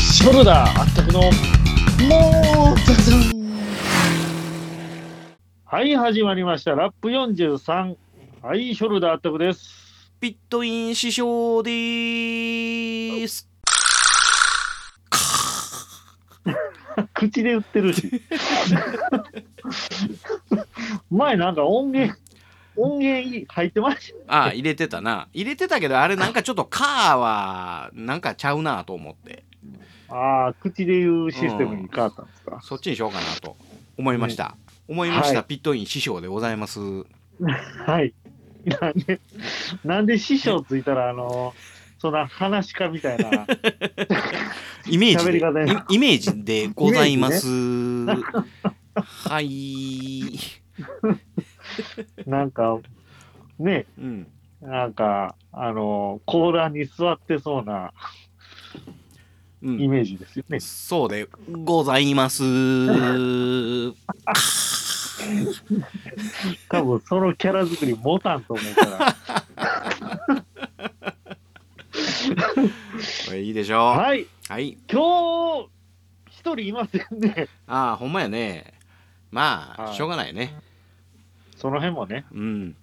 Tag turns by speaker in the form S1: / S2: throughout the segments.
S1: ショルダーあったくの、もう、ザザンはい、始まりました。ラップ43。はい、ショルダーあったくです。
S2: ピットイン師匠でーす。
S1: 口で売ってるし。前なんか音源、音源入ってまし
S2: あ、入れてたな。入れてたけど、あれなんかちょっとカーは、なんかちゃうなと思って、
S1: た。ああ、口で言うシステムに変わったんですか。
S2: そっちにしようかなと思いました。思いました、
S1: は
S2: ピットイン師匠でございます。
S1: はい。なんで、なんで師匠ついたら、あの、そんな話かみたいな。
S2: イメージ
S1: 喋り方
S2: で
S1: や、
S2: イイメージでございます。はい。
S1: なんか、ね、
S2: うん。
S1: なんか、あの、甲羅に座ってそうな
S2: う
S1: イ
S2: ん。
S1: メージですよね。
S2: そうでございます。う
S1: 多分そのキャラ作り持たんと思う か
S2: いいいでし
S1: ら。
S2: ょ
S1: はい、
S2: う。はい。
S1: 今日、一人いませんね。
S2: ああ、ほんまやね。ま
S1: は
S2: あ、
S1: い
S2: しょうがないね。
S1: その辺もね、
S2: うん。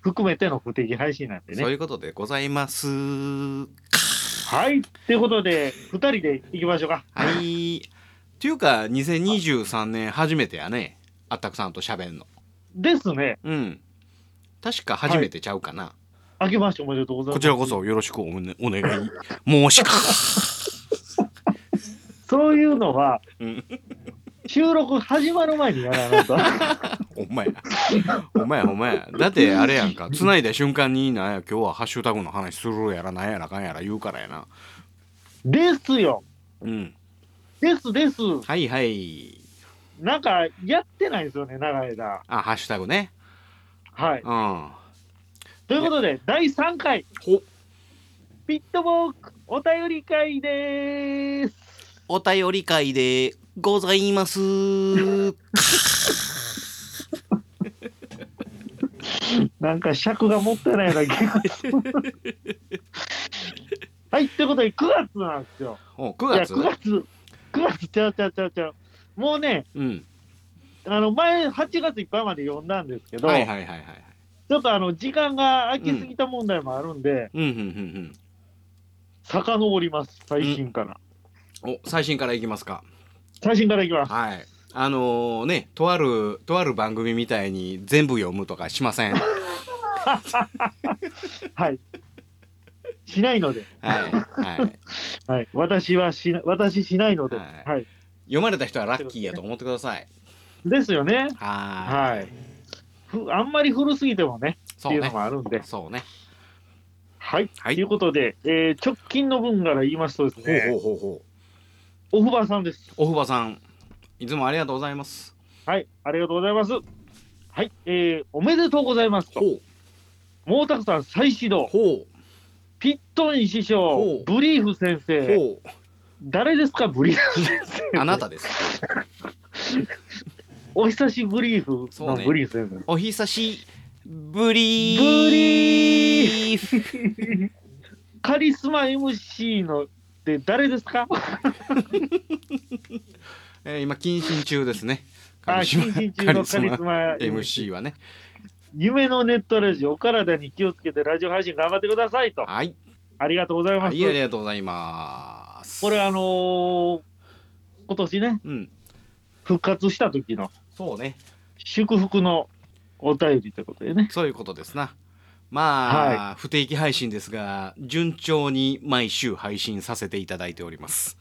S1: 含めての不適配信なんで
S2: そう
S1: ね。
S2: いうことでございます。
S1: はい、ということで、二人で行きましょうか。
S2: はい。っていうか、2023年初めてやね。あったくさんと喋んの。
S1: ですね、
S2: うん。確か初めてちゃうかな。
S1: 明けましておめでとうございます。
S2: こちらこ。そよろしくお,、ね、お願い。申しか。
S1: そういうのは、
S2: うん。
S1: 収録始まる前にやらない と。
S2: ほんまや。ほんまや、ほんまや。だって、あれやんか。繋いだ瞬間に、なんや、今日はハッシュタグの話するやら、なんやらかんやら言うからやな。
S1: ですよ。
S2: うん。
S1: ですです。
S2: はいはい。
S1: なんか、やってないですよね、長い間。
S2: あ、ハッシュタグね。
S1: はい。
S2: うん。
S1: ということで、第3回、
S2: ほ
S1: ピットボークお便り会でーす。
S2: お便り会でございます。
S1: なんか尺が持ってないような気がす る。はい、ということで、9月なんですよ。
S2: お9
S1: いや、
S2: 月
S1: 9月、9月、ちゃうちゃうちゃうちゃう。もうね、
S2: うん。
S1: あの前、8月いっぱいまで読んだんですけど、
S2: はいはいはいはい。
S1: ちょっとあの時間が空きすぎた問題もあるんで、
S2: うんうんうん
S1: 遡ります、最新から。
S2: うん。お最新からいきますか。
S1: 最新からいきます。
S2: はい。あのー、ね、とある、とある番組みたいに全部読むとかしません。はい。
S1: はい。しないので、
S2: はい。
S1: はい、私はしな、私しないので、
S2: は
S1: はいい。
S2: 読まれた人はラッキーやと思ってください。
S1: ですよね。
S2: は
S1: はい。ふあんまり古すぎてもね、
S2: い。
S1: っ
S2: そ
S1: ていううの
S2: ね。
S1: もあるんで。
S2: そうね。
S1: はい。
S2: はい
S1: ということで、えー直近の分から言いますとですね、
S2: ほうほうほうほう。
S1: オフバーさんです。
S2: おふばさん、いつもありがとうございます。
S1: はい。ありがとうございます。はい。えーおめでとうございますと。
S2: ほ
S1: 毛
S2: う。
S1: 沢さん再始動。
S2: ほう。
S1: ピットイン師匠
S2: ほ、う
S1: ブリーフ先生。
S2: ほ
S1: 誰ですか、ブリーフ 先
S2: う。
S1: 生。
S2: あなたです。
S1: お久しぶりーフ
S2: そう
S1: の
S2: ね
S1: ブリーフ先
S2: お久しぶり
S1: ぶ
S2: りー
S1: 生。カリスマ MC のって誰です か
S2: えー今謹慎中ですね。
S1: あ、
S2: カリスマ
S1: 新進中のカリスマ
S2: MC はね。
S1: 夢のネットラジオ、お体に気をつけてラジオ配信頑張ってくださいと。
S2: はい、
S1: ありがとうござい
S2: は
S1: ます。
S2: い、ありがとうございます。
S1: これ、あのー今年ね、
S2: うん、
S1: 復活した時の
S2: そうね、
S1: 祝福のお便りということでね。
S2: そういうことですな。まあ、不定期配信ですが、順調に毎週配信させていただいております。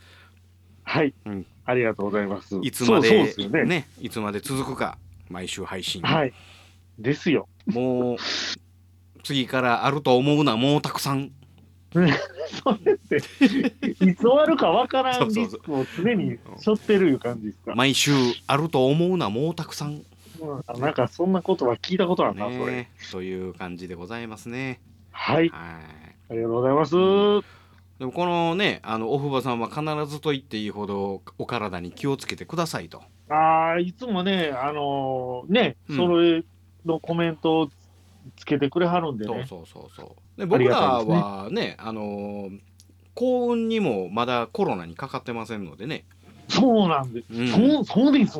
S1: はい。
S2: うん
S1: ありがとうございます。
S2: いつまで
S1: そうそうですよ
S2: ね
S1: ね。
S2: いつまで続くか、毎週配信。
S1: はい。ですよ。
S2: もう、次からあると思うな、もうたくさん。
S1: それって、いつ終わるかわからん
S2: そ
S1: リ
S2: うそう
S1: スクを常に背負ってるいう感じですか。
S2: 毎週あると思うな、もうたくさん。
S1: うんあなんかそんなことは聞いたことあるな、それ。
S2: ね、という感じでございますね。
S1: はい。
S2: はい。
S1: ありがとうございます。
S2: でもこのねあのオフバさんは必ずと言っていいほどお体に気をつけてくださいと
S1: ああ、いつもね、あのーね、
S2: うん
S1: それのコメントをつけてくれはるんで
S2: そう
S1: ね。
S2: そうそうそうで僕ら
S1: ありがたい
S2: はねあのー幸運にもまだコロナにかかってませんのでね。
S1: そうなんです。
S2: うん
S1: そう、そうです。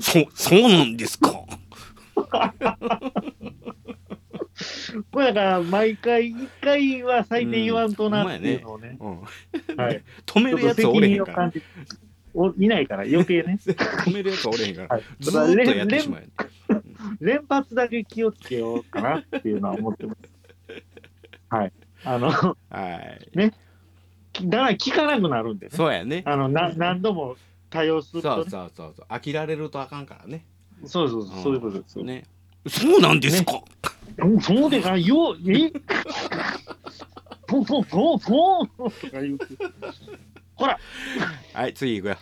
S2: そ、そうなんですか。
S1: これだから、毎回、一回は採点言わんとなっていうのをね。
S2: うん、
S1: はい。
S2: 止め
S1: ちょっ
S2: るや
S1: と
S2: つおれ
S1: 責
S2: へ
S1: 任
S2: ん
S1: を
S2: から
S1: 感。じて。おいないから、余計 ね。
S2: 止めるやつおれへんから。
S1: はい。
S2: ずーっとやってしまえ。
S1: 連発だけ気をつけようかなっていうのは思って ます。はい。あの、だ か
S2: はい。
S1: ら聞かなくなるんでね。
S2: そうやね。
S1: あの、な何度も対応す
S2: そう
S1: ると、ね、
S2: そうそうそう。飽きられるとあかんからね。
S1: そうそうそう、そういうことですよ。
S2: ね。そうなんですか。
S1: うんそうでないよ、 えそうそうそうそうとか言うて。ほら、
S2: はい、次行くよ。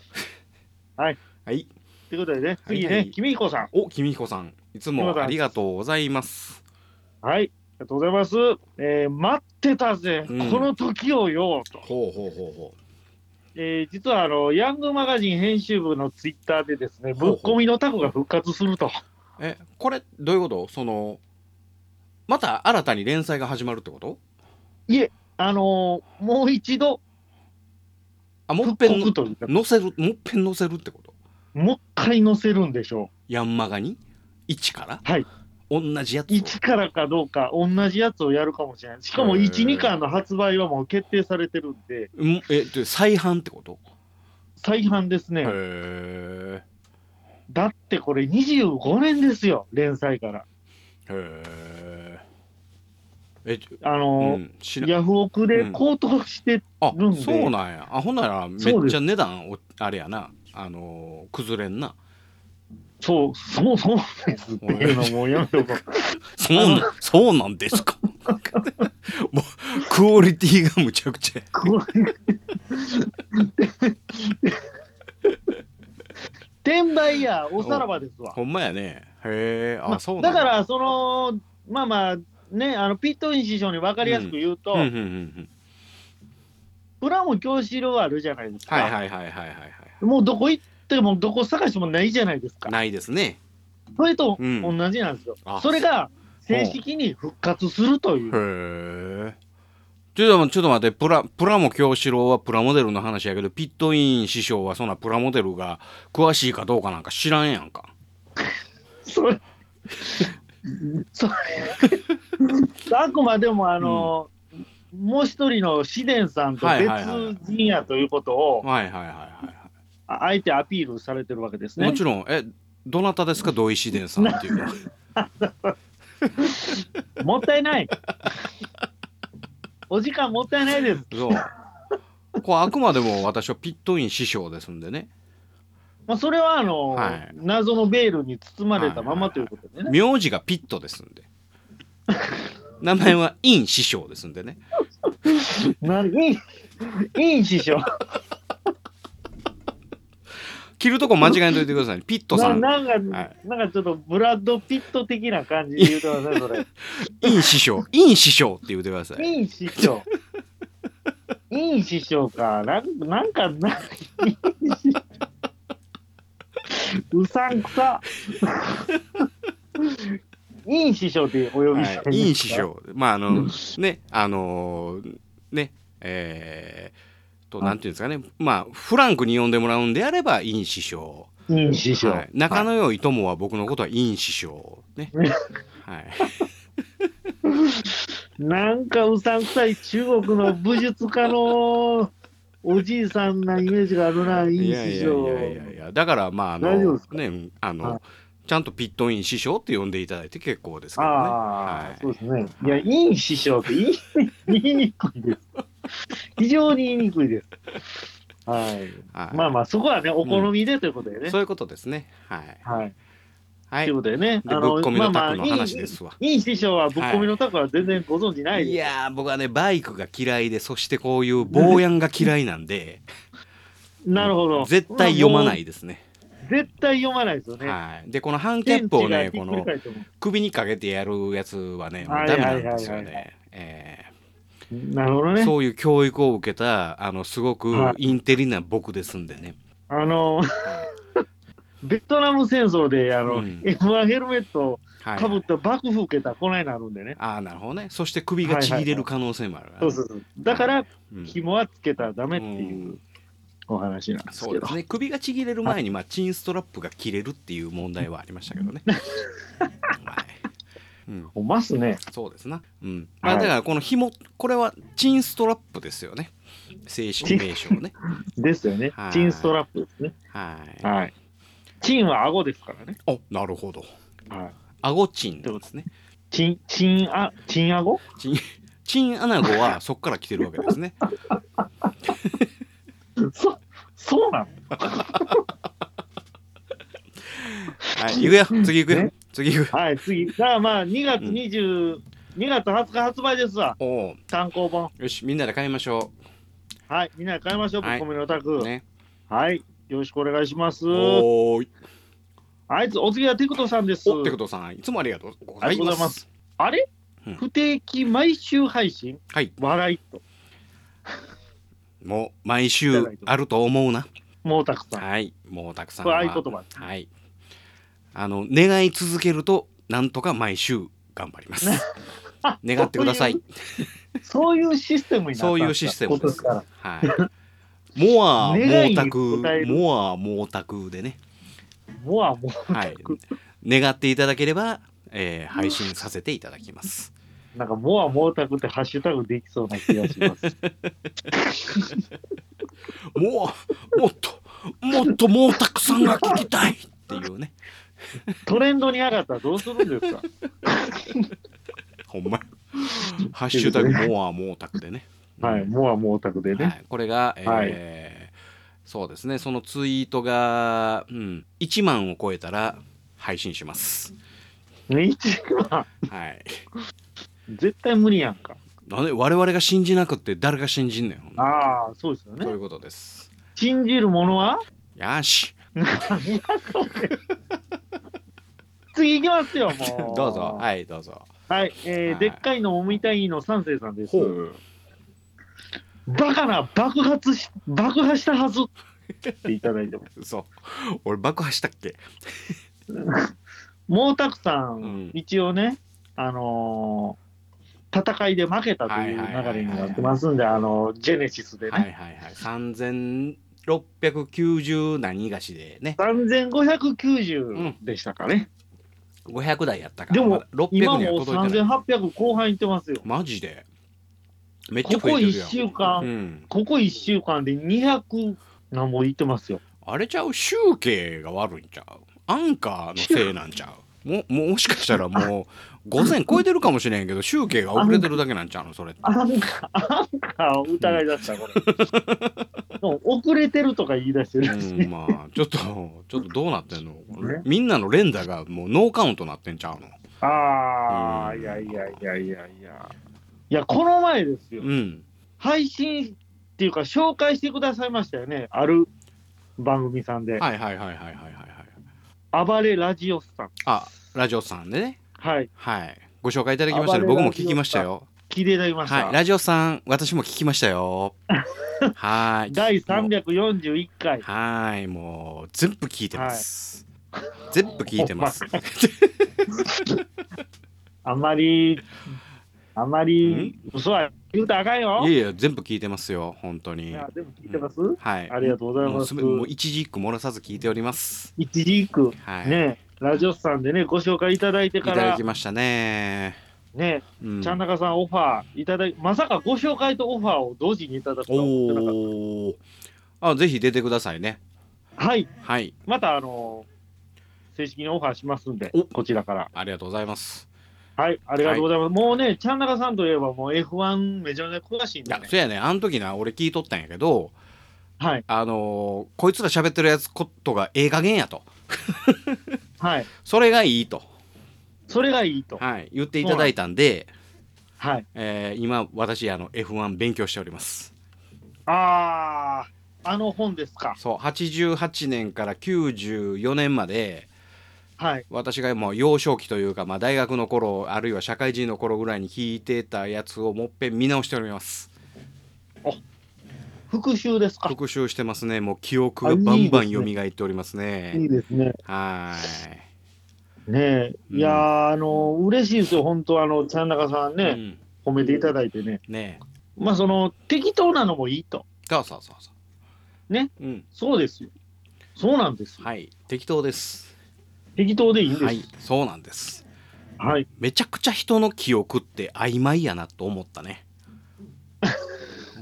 S1: はい。
S2: はい。
S1: ということでね、次
S2: はいはい
S1: ね、君彦さん。
S2: お、きみひこさん。いつもありがとうございます。
S1: はい、ありがとうございます。えー待ってたぜ、
S2: うん
S1: この時をよ、と。
S2: ほうほうほうほ
S1: えー実はあの、ヤングマガジン編集部のツイッターでですね、
S2: ほう
S1: ぶ
S2: ほ
S1: っ
S2: う
S1: 込みのタコが復活すると。
S2: う。え、これ、どういうことその、また新たに連載が始まるってこと
S1: あのーもう一度、
S2: あ、もっ
S1: 復
S2: ぺんの
S1: 刻というか、
S2: 載せる、もっぺん載せるってこと
S1: もう一回載せるんでしょ
S2: ヤンマガに一から
S1: はい。
S2: 同じやつ
S1: う。
S2: を
S1: 一からかどうか、同じやつをやるかもしれない。しかも
S2: へー
S1: 1、2巻の発売はもう決定されてるんで、
S2: うんえ、で再販ってこと
S1: 再販ですね。
S2: へ
S1: だってこれ25年ですよ、連載から。
S2: え。へえ。え、
S1: あ
S2: う
S1: のー、
S2: ん、知ら
S1: ヤフオクで
S2: うん
S1: 高騰して、
S2: あ
S1: るんで
S2: そうなんやあほんならめ
S1: そう
S2: っ
S1: で
S2: ち
S1: す
S2: ゃ値段おあれやなあのー崩れんな
S1: そう、そう、そうですっていうのもうやめとこう。
S2: そうなそうなんで すかもうクオリティがむちゃくちゃや
S1: これ 転売やおさらばですわ。
S2: ほんまやねへえあ、
S1: まあ
S2: そうな
S1: だ
S2: ん
S1: から、その、まあまあ、ね、あのピットイン師匠に分かりやすく言うと、
S2: うんうんうんうん
S1: プラモ教師料あるじゃないですか、
S2: はいはいはいはいはいはい
S1: もうどこ行ってもどこ探してもないじゃないですか、
S2: ないですね
S1: それと
S2: う
S1: 同
S2: ん
S1: じなんですよ、
S2: あ
S1: それが正式に復活するという、
S2: へえちょっとちょっと待ってプラプラモ京志郎はプラモデルの話やけどピットイン師匠はそんなプラモデルが詳しいかどうかなんか知らんやんか
S1: それ、それ、あくまでもあの、もう一人の紫伝さんと
S2: はい
S1: 別
S2: はいはい
S1: 人やということを、
S2: はいはいはいはいはい
S1: ああえてアピールされてるわけです
S2: も
S1: ね。
S2: ちろん、え、どなたですか、土井紫伝さんっていうのは。
S1: もったい ない。お時間もったいないです。
S2: そう。これあくまでも私はピットイン師匠ですんでね。
S1: まあ、それはあの、
S2: はい
S1: 謎のベールに包まれたままということでね。
S2: 名字がピットですんで。名前はイン師匠ですんでね。
S1: 何いい、いい師匠。
S2: 着るとこ間違えんといてくださいね。ピットさん、
S1: ななんか、
S2: はい
S1: なんかちょっとブラッド・ピット的な感じで言うてますね、それ。
S2: イン師匠、イン師匠って言ってください。
S1: いい師匠。いい師匠か。なんなんか、なんか、いい師匠うさんくさ。いい師匠ってお呼びしたいんですか、
S2: はい、イン師匠。まあ、あの、ね、あのーね、えーと、なんていうんですかね、まあ、フランクに呼んでもらうんであれば、イン師匠。
S1: いい師匠。
S2: はい、仲の良い友は僕のことは陰師匠ね。はい。
S1: なんかうさんくさい中国の武術家のおじいさんなイメージがあるな、い
S2: い
S1: い
S2: やい
S1: 師
S2: やい
S1: 匠。
S2: やいやいやだからまああ
S1: 大丈夫
S2: の
S1: ですか
S2: ねあの、
S1: はい
S2: ちゃんとピットイン師匠って呼んでいただいて結構ですけどね。
S1: ああ、
S2: はい
S1: そうですね。いや、いい師匠っ て言い言いにくいです。非常に言いにくいです。はい。
S2: はい。
S1: まあまあ、そこはね、お好みでということでね。
S2: そういうことですね。はい。
S1: はい。
S2: は
S1: と
S2: い。
S1: いうことでね、
S2: でぶっ込み
S1: まあ
S2: の
S1: ま
S2: タ
S1: あ
S2: コの話ですわ。
S1: いいいい師匠はぶっ込みのタコは全然ご存知ない
S2: い
S1: です。
S2: やー僕はねバイクが嫌いでそしてこういう坊やんが嫌いなんで
S1: なるほど。
S2: 絶対読まな
S1: も
S2: いですね。
S1: う。絶対読まないですよね。
S2: はい、でこのハンキャ
S1: 天
S2: ッ
S1: 地
S2: プを
S1: が
S2: ね
S1: ひっ
S2: こ
S1: くり
S2: の
S1: 返っても
S2: 首にかけてやるやつはねも
S1: は
S2: う
S1: い
S2: ダメなんですよ
S1: はいはいは
S2: ね。えー
S1: なるほどね。
S2: そういう教育を受けたあのすごく
S1: はい
S2: インテリな僕ですんでね。
S1: あの、ベトナム戦争で、あの、
S2: うん
S1: F1 ヘルメットを
S2: はい
S1: かぶった爆風受けたらこないなるんでね。
S2: ああなるほどねそして首がちぎれる可能性もあるからね、
S1: そうそうそう。だから、
S2: うん
S1: 紐はつけたらダメっていうお話なんです
S2: そ
S1: け
S2: う
S1: ど
S2: です。ね首がちぎれる前に、まあ、チンストラップが切れるっていう問題はありましたけどね、はいうん、
S1: おますね。
S2: そうですな、うんまあ、
S1: はい
S2: だからこの紐これはチンストラップですよね正式名称ね
S1: ですよね
S2: は。い
S1: チンストラップですね。
S2: はい
S1: はい。チンは顎ですからね。
S2: おなるほど
S1: はい。
S2: 顎チンなんですね
S1: チン、チンあ、チン顎
S2: チンチンアナゴはそこから来てるわけですね
S1: そ、そうなの
S2: はい行くよ次行くよ、
S1: ね
S2: 次行くよ
S1: はい、次。だからまあ、2月
S2: うん
S1: 20、2月20日発売ですわ。
S2: おお
S1: 単行本。
S2: うよしみんなで買いましょ
S1: はい、みんなで買いましょう、ぶ
S2: はい
S1: っこみのオタク
S2: う。ね
S1: はい、よろしくお願いします。
S2: おーい
S1: あいつ、お次はテクトさんです。
S2: おってことさんいつもありがとうござい
S1: ありがとうござい
S2: ま
S1: ますあれ、
S2: うん
S1: 不定期毎週配信
S2: はい
S1: 笑いと。
S2: もう毎
S1: いた
S2: 週
S1: だいてます
S2: あると思うな。
S1: もうたくさん。
S2: はい、もうたくさん
S1: これ合言
S2: は。
S1: 葉です。
S2: はい。あの願い続けるとなんとか毎週頑張り ます。願ってください。
S1: そういうシステムになったん
S2: そういう
S1: ですか
S2: システム
S1: 今
S2: で
S1: 年
S2: す。
S1: から。
S2: はい。モア
S1: 願い
S2: 毛
S1: に応
S2: 沢
S1: える
S2: モア毛沢でね。
S1: もうはも
S2: はい。願っていただければ、えー配信させていただき ます。
S1: う、なんか、もうはもうたくってハッシュタグできそうな気がし ます。
S2: もうもっともっと毛沢さんが聞きたいっていうね。
S1: トレンドに上がったらどうするんですか
S2: ほんまや。ハッシュタグモア毛沢でね。
S1: はい、もうはもうたくでね。
S2: はい、これが、えー
S1: は
S2: そうですねそのツイートが、うん、1万を超えたら配信します
S1: 1万
S2: はい
S1: 絶対無理やんか。
S2: なんで我々が信じなくって誰が信じんねんほんま
S1: ああ、そうですよ
S2: そうい
S1: ね。
S2: うことです
S1: 信じるものは
S2: よし
S1: 次行きますよ、もう。
S2: どうぞはいどうぞ
S1: はい、えー
S2: はい
S1: でっかいのもみたいの三世さんです
S2: ほ。う
S1: バカな爆発し、爆破したはずっていただいてます。
S2: そう俺爆破したっけ
S1: 毛沢さん、
S2: うん
S1: 一応ね、あのー戦いで負けたという流れになってますんで、あのージェネシスでね、
S2: はいはいはい3690何がしでね
S1: 3590でしたかね、
S2: 500台やったから
S1: でも
S2: まだ600に
S1: 今
S2: は
S1: もう
S2: 届いてない
S1: 3800後半いってますよ。
S2: マジでめっちゃ
S1: こ
S2: 増
S1: こ
S2: えてる
S1: 1
S2: やん
S1: 週間、
S2: うん、
S1: ここ1週間で200何も言ってますよ。
S2: あれちゃう集計が悪いんちゃうアンカーのせいなんちゃうももしかしたらもう5000超えてるかもしれんけど集計が遅れてるだけなんちゃうのそれって
S1: アンカー、アンカーを疑い出した、これ。 でも遅れてるとか言い出してるらしい。
S2: うんまあちょっとちょっとどうなってんのみんなの連打がもうノーカウントなってんちゃうの
S1: ああ、
S2: うん
S1: いやいやいやいやいや。いや、この前ですよ。
S2: うん
S1: 配信っていうか、紹介してくださいましたよね。ある番組さんで。
S2: はいはいはいはいはいはいはい
S1: 暴れラジオスさん。
S2: あラジオさんでね
S1: はい。
S2: はいご紹介いただきましたね僕も聞きましたよ
S1: 聞いていただきました。
S2: はいラジオさん私も聞きました よはい
S1: 第341回。
S2: はい、もう全部聞いてます。全部聞い てます。
S1: あまり、あまり、嘘は言うたらあかんよ。
S2: いやいや、全部聞いてますよ、本当
S1: い
S2: に。
S1: や、でも聞いてます、
S2: はい。
S1: ありがとうござい
S2: も
S1: ま
S2: う
S1: す。
S2: すべもう一字一句漏らさず聞いております。
S1: 一時一句、
S2: はい。
S1: ね、ラジオスさんでね、ご紹介いただいて
S2: いた
S1: か
S2: だ
S1: ら
S2: き、ましたね。
S1: ね、
S2: うん
S1: ちゃんなかさんオファーいただき、まさかご紹介とオファーを同時にいただくとは思ってなかっ
S2: おお。あ、ぜひ出てくださいね。
S1: た。はい、
S2: はい。
S1: また、あの正式にオファーしますんで
S2: お、
S1: こちらから。
S2: ありがとうございます。
S1: はい、ありがとうございます。もうね、ちゃんなかさんといえば、もう F1 めちゃめちゃ詳しいん
S2: い
S1: で
S2: や
S1: ね、。
S2: そやね、あの時な、俺聞いとったんやけど、
S1: はい、
S2: あのーこいつら喋ってるやつことがええ加減やと。
S1: はい、
S2: それがいいと。
S1: それがいいと。
S2: はい。言っていただいたんで、
S1: はい。
S2: えー今私あの F1 勉強しております
S1: あー、あの本ですか。
S2: そう88年から94年まで
S1: はい、
S2: 私がもう幼少期というか、まあ、大学の頃あるいは社会人の頃ぐらいに聞いてたやつをもっぺん見直しております
S1: 復習ですか。
S2: 復習してますねもう記憶がバンバン蘇っておりますね
S1: いいですね。
S2: はーい
S1: ねえ、いやー、あの嬉しいですよ、本当、あの、田中さんね、
S2: ね,、
S1: 褒めていただいてね、
S2: うん、ねえ
S1: まあ、その、適当なのもいいと、
S2: そうそうそうそう
S1: ね、
S2: うん、
S1: そうですよ、そうなんですよ、
S2: はい適当です
S1: 適当でいいんです、
S2: は
S1: はいい、
S2: そうなんです
S1: はい、
S2: めちゃくちゃ人の記憶って曖昧やなと思ったね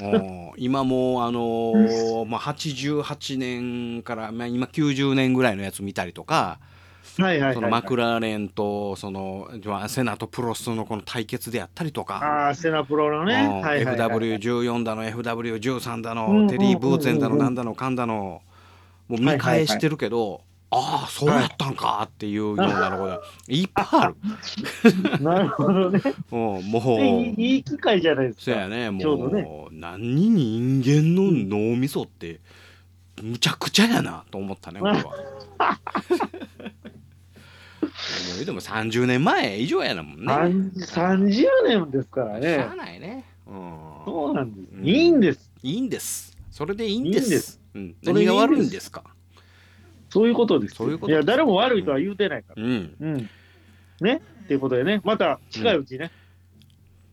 S2: もう今もうあのーまあ、88年から、まあ、今90年ぐらいのやつ見たりとか、
S1: はい、はい、
S2: そのマクラーレンとそのまあセナとプロスのこの対決であったりとか、
S1: ああ、セナプロのね、
S2: うん
S1: はい、はい、はい
S2: FW14 だの FW13 だ
S1: うんうんうんう
S2: の
S1: ん
S2: テリー・ブーツェンだのなんだのかんだのもう見返してるけど、ああそうやったんかっていうようなのがいっぱいあ る、
S1: なるほどね、
S2: うん、
S1: で
S2: も
S1: いういいい機会じゃないです
S2: そ
S1: か。
S2: やね
S1: ちょうどね
S2: もう何人間の脳みそってむちゃくちゃやなと思ったね俺は。 もうでも30年前以上やなもんね。
S1: 三30年ですから
S2: しゃ
S1: ね
S2: あ。ないね、うん、
S1: そうなんです。
S2: うん
S1: いいんです。
S2: いいんですそれでいいんです
S1: いいんです
S2: うん、
S1: それで
S2: 何
S1: いいんです
S2: が悪いんですか
S1: そういうことです。
S2: そういうことです
S1: や、誰も悪いとは言うてないから。
S2: うん
S1: うん。ね。っていうことでね、また近いうちね、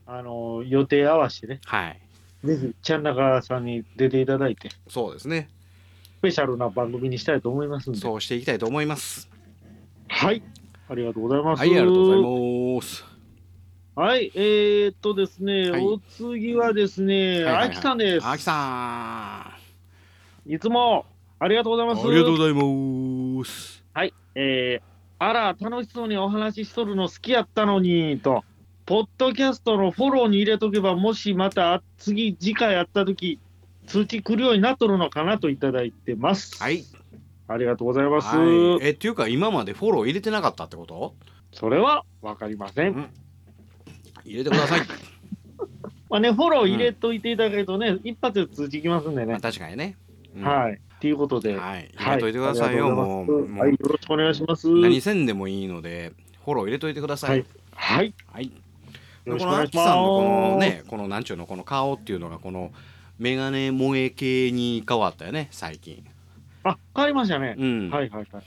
S1: あの、予定合わせてね、
S2: はい
S1: ぜひ、ちゃん中さんに出ていただいて、ス
S2: そうですね
S1: ペシャルな番組にしたいと思いますんで。
S2: そうしていきたいと思います
S1: はい。ありがとうございます。
S2: はいありがとうございます
S1: はい、えー、っとですね、
S2: はい
S1: お次はですね、
S2: はいはいはい
S1: あきさんです。
S2: あきさんあ
S1: いつもありがとうございます。
S2: りがとうございます
S1: えーあら、楽しそうにお話ししとるの好きやったのに、と。ポッドキャストのフォローに入れとけば、もしまた次、次回やったとき、通知来るようになっとるのかなといただいてます。
S2: はい、
S1: ありがとうございます。
S2: はい、えっていうか今までフォロー入れてなかったってこと
S1: それはわかりません。
S2: うん入れてく ださい、
S1: まあね、フォロー入れといていただけるとね、一発で通知きますんでね
S2: まあ、。確かにね、うん
S1: はい。ということで、はい。
S2: はい、入れといてくださいよ、
S1: ありがと
S2: も
S1: うござ
S2: う
S1: います
S2: も
S1: はい、よ
S2: う
S1: ろしくお願いします。
S2: 何せんでもいいのでフォロー入れといてください
S1: はい。
S2: はい
S1: よろし
S2: こ
S1: くお
S2: の
S1: 願
S2: ア
S1: いし
S2: キ
S1: ます。
S2: さんのこのねこのなんちゅうのこの顔っていうのがこのメガネ萌え系に変わったよね最近
S1: あ、変わりましたね。
S2: うん、
S1: はいはいはい。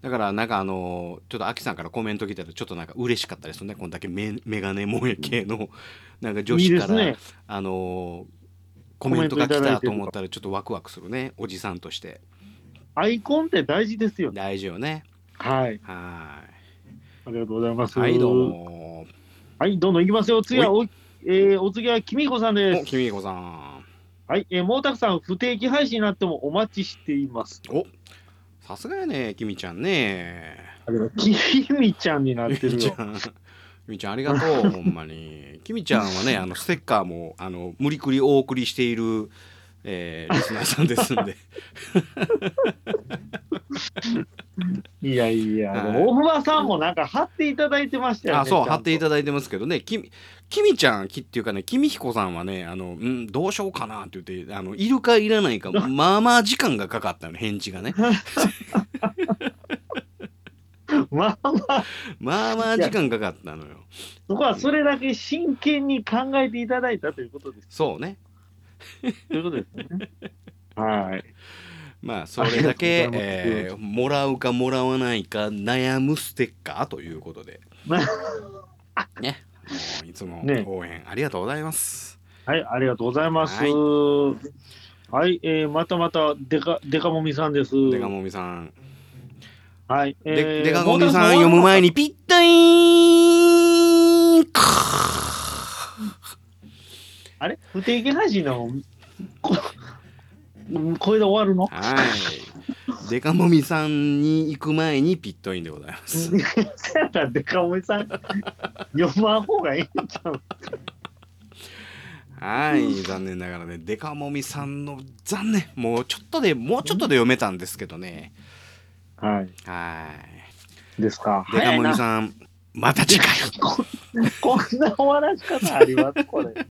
S2: だからなんかあのーちょっとアキさんからコメント来たらちょっとなんか嬉しかったでするねこんだけメメガネ萌え系のなんか女
S1: いい
S2: 子
S1: で
S2: か
S1: す
S2: ら
S1: ね。
S2: あのーコメントが来たと思ったらちょっとワクワクするねおじさんとして
S1: アイコンって大事ですよね。
S2: 大事よね
S1: はい。
S2: は
S1: ありがとうございます。
S2: ーいはいどう。も
S1: はい、どんどんいきますよ。次はお、えーお次はきみこさん
S2: お
S1: です。
S2: きみこさん
S1: はい、えー、毛沢さん、不定期配信になってもお待ちしています。
S2: おさすがやねきみちゃんね
S1: きみちゃんになって
S2: ゆみ
S1: る
S2: ち
S1: よ。
S2: ゃん、ゆみちゃんありがとう、ほんまに。きみちゃんはね、あのステッカーも、あの無理くりお送りしている。えー、リスナーさんですんで。
S1: いやいや、
S2: はい
S1: でも大熊さんもなんか貼っていただいてましたよね。
S2: あ、そう、貼ってい
S1: だ
S2: ただいてますけどね、きみ、きみちゃん、きっていうかね、きみひこさんはね、あの、うん、どうしようかなって言って、あの、いるかいらないか、 まあまあ時間がかかったの、返事がね。
S1: まあまあ、
S2: まあまあ時間かかったのよ。
S1: そこはそれだけ真剣に考えていただいたということです。
S2: そうね。
S1: ということです ね。はい。
S2: まあ、それだけ
S1: あ、りがとうございます
S2: えーもらうかもらわないか悩むステッカーというこ とで。
S1: まあ
S2: ね、もういつも
S1: ね
S2: 応援ありがとうございます。
S1: はい、ありがとうございます。
S2: は
S1: はいい、えーまたまたデカデカモミさんです。
S2: デカモミさん、
S1: はい、え
S2: で
S1: ー
S2: デカモミさん読む前にピッタイーン。
S1: あれ不定期配信なのこうんこれで終わるの
S2: はい。デカモミさんに行く前にピットインでございます。
S1: せやったらデカモミさん読まん方がいいんちゃう
S2: はい、残念ながらね、デカモミさんの残念、もうちょっとで、もうちょっとで読めたんですけどね。
S1: はい。
S2: はい。
S1: ですか。
S2: デカモミ
S1: ん。
S2: さん、また次回。
S1: こんな終わらし方ありますこれ。